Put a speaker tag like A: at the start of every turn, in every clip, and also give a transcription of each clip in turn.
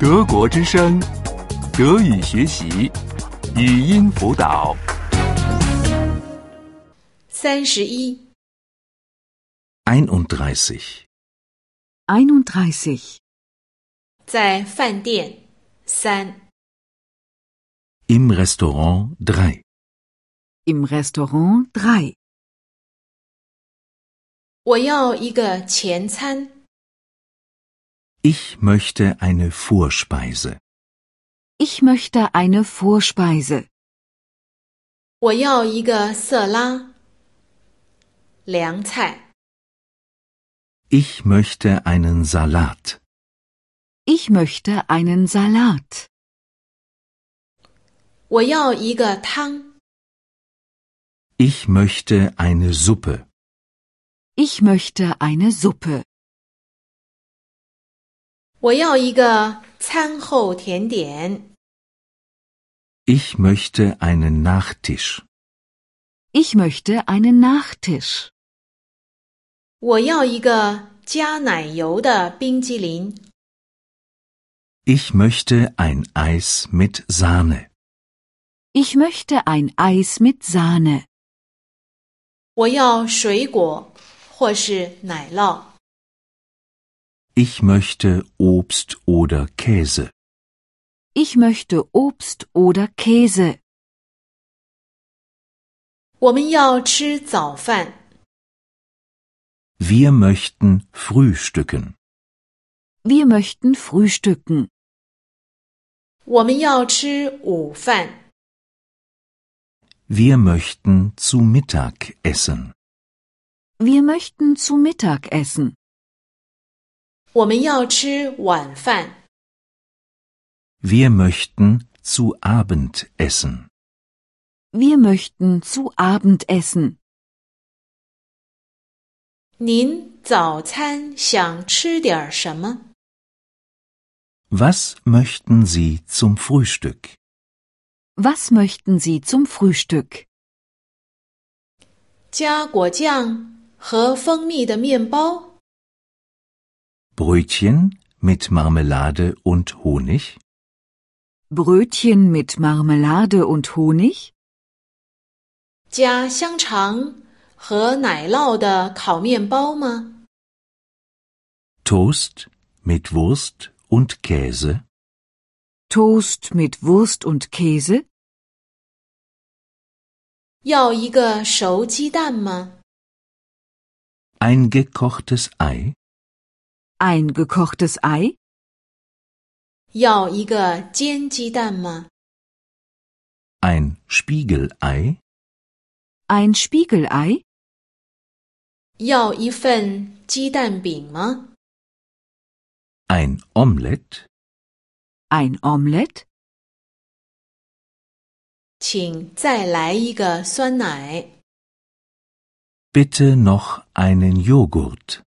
A: 德国之声，德语学习，语音辅导。
B: 三十一，
C: 31.
D: 31.
B: 在饭店。三，
C: Im Restaurant 3.
D: Im Restaurant 3.
B: 我要一个前餐。
C: Ich möchte eine Vorspeise.
D: Ich möchte eine Vorspeise.
B: 我要一个色拉，凉菜。
C: Ich möchte einen Salat.
D: Ich möchte einen Salat.
B: 我要一个汤，
C: Ich möchte eine Suppe.
D: Ich möchte eine Suppe.
B: 我要一个餐后甜点。
C: Ich möchte einen Nachtisch.
D: Ich möchte einen Nachtisch.
B: 我要一个加奶油的冰激凌。
C: Ich möchte ein Eis mit Sahne.
D: Ich möchte ein Eis mit Sahne.
B: 我要水果或是奶酪。
C: Ich möchte Obst oder Käse.
D: Ich möchte Obst oder Käse.
B: 我们要吃早饭。
C: Wir möchten frühstücken.
D: Wir möchten frühstücken.
B: 我们要吃午饭。
C: Wir möchten zu Mittag essen.
D: Wir möchten zu Mittag essen.
B: 我们要吃晚饭，
C: Wir möchten zu Abend essen.
D: Wir möchten zu Abend essen.
B: 您早餐想吃点儿什么？
C: Was möchten Sie zum Frühstück?
D: Was möchten Sie zum Frühstück?
B: 加果酱和蜂蜜的面包，
C: Brötchen mit Marmelade und Honig?
D: Brötchen mit Marmelade und Honig?
B: 加香肠和奶酪的烤面包吗？
C: Toast mit Wurst und Käse?
D: Toast mit Wurst und Käse?
B: 要一个熟鸡蛋吗？
C: Ein gekochtes Ei?
D: Ein gekochtes Ei?
B: 要一个煎鸡蛋吗？
C: Ein Spiegelei?
D: Ein Spiegelei?
B: 要一份鸡蛋饼吗？
C: Ein Omelett?
D: Ein Omelett?
B: 请再来一个酸奶。
C: Bitte noch einen Joghurt.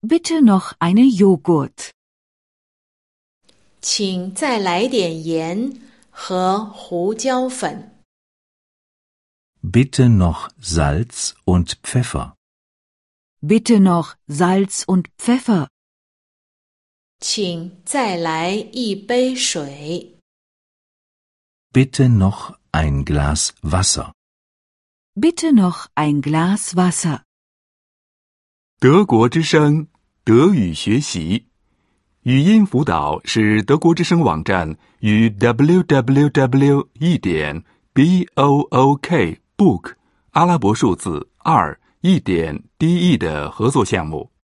D: Bitte noch eine Joghurt.
B: 请再来点盐和胡椒粉，
C: Bitte noch Salz und Pfeffer.
D: Bitte noch Salz und Pfeffer.
B: 请再来一杯水，
C: Bitte noch ein Glas Wasser.
D: Bitte noch ein Glas Wasser.
A: 德国之声，德语学习，语音辅导是德国之声网站与 www. 一点 b o o k book 阿拉伯数字二一点 d e 的合作项目。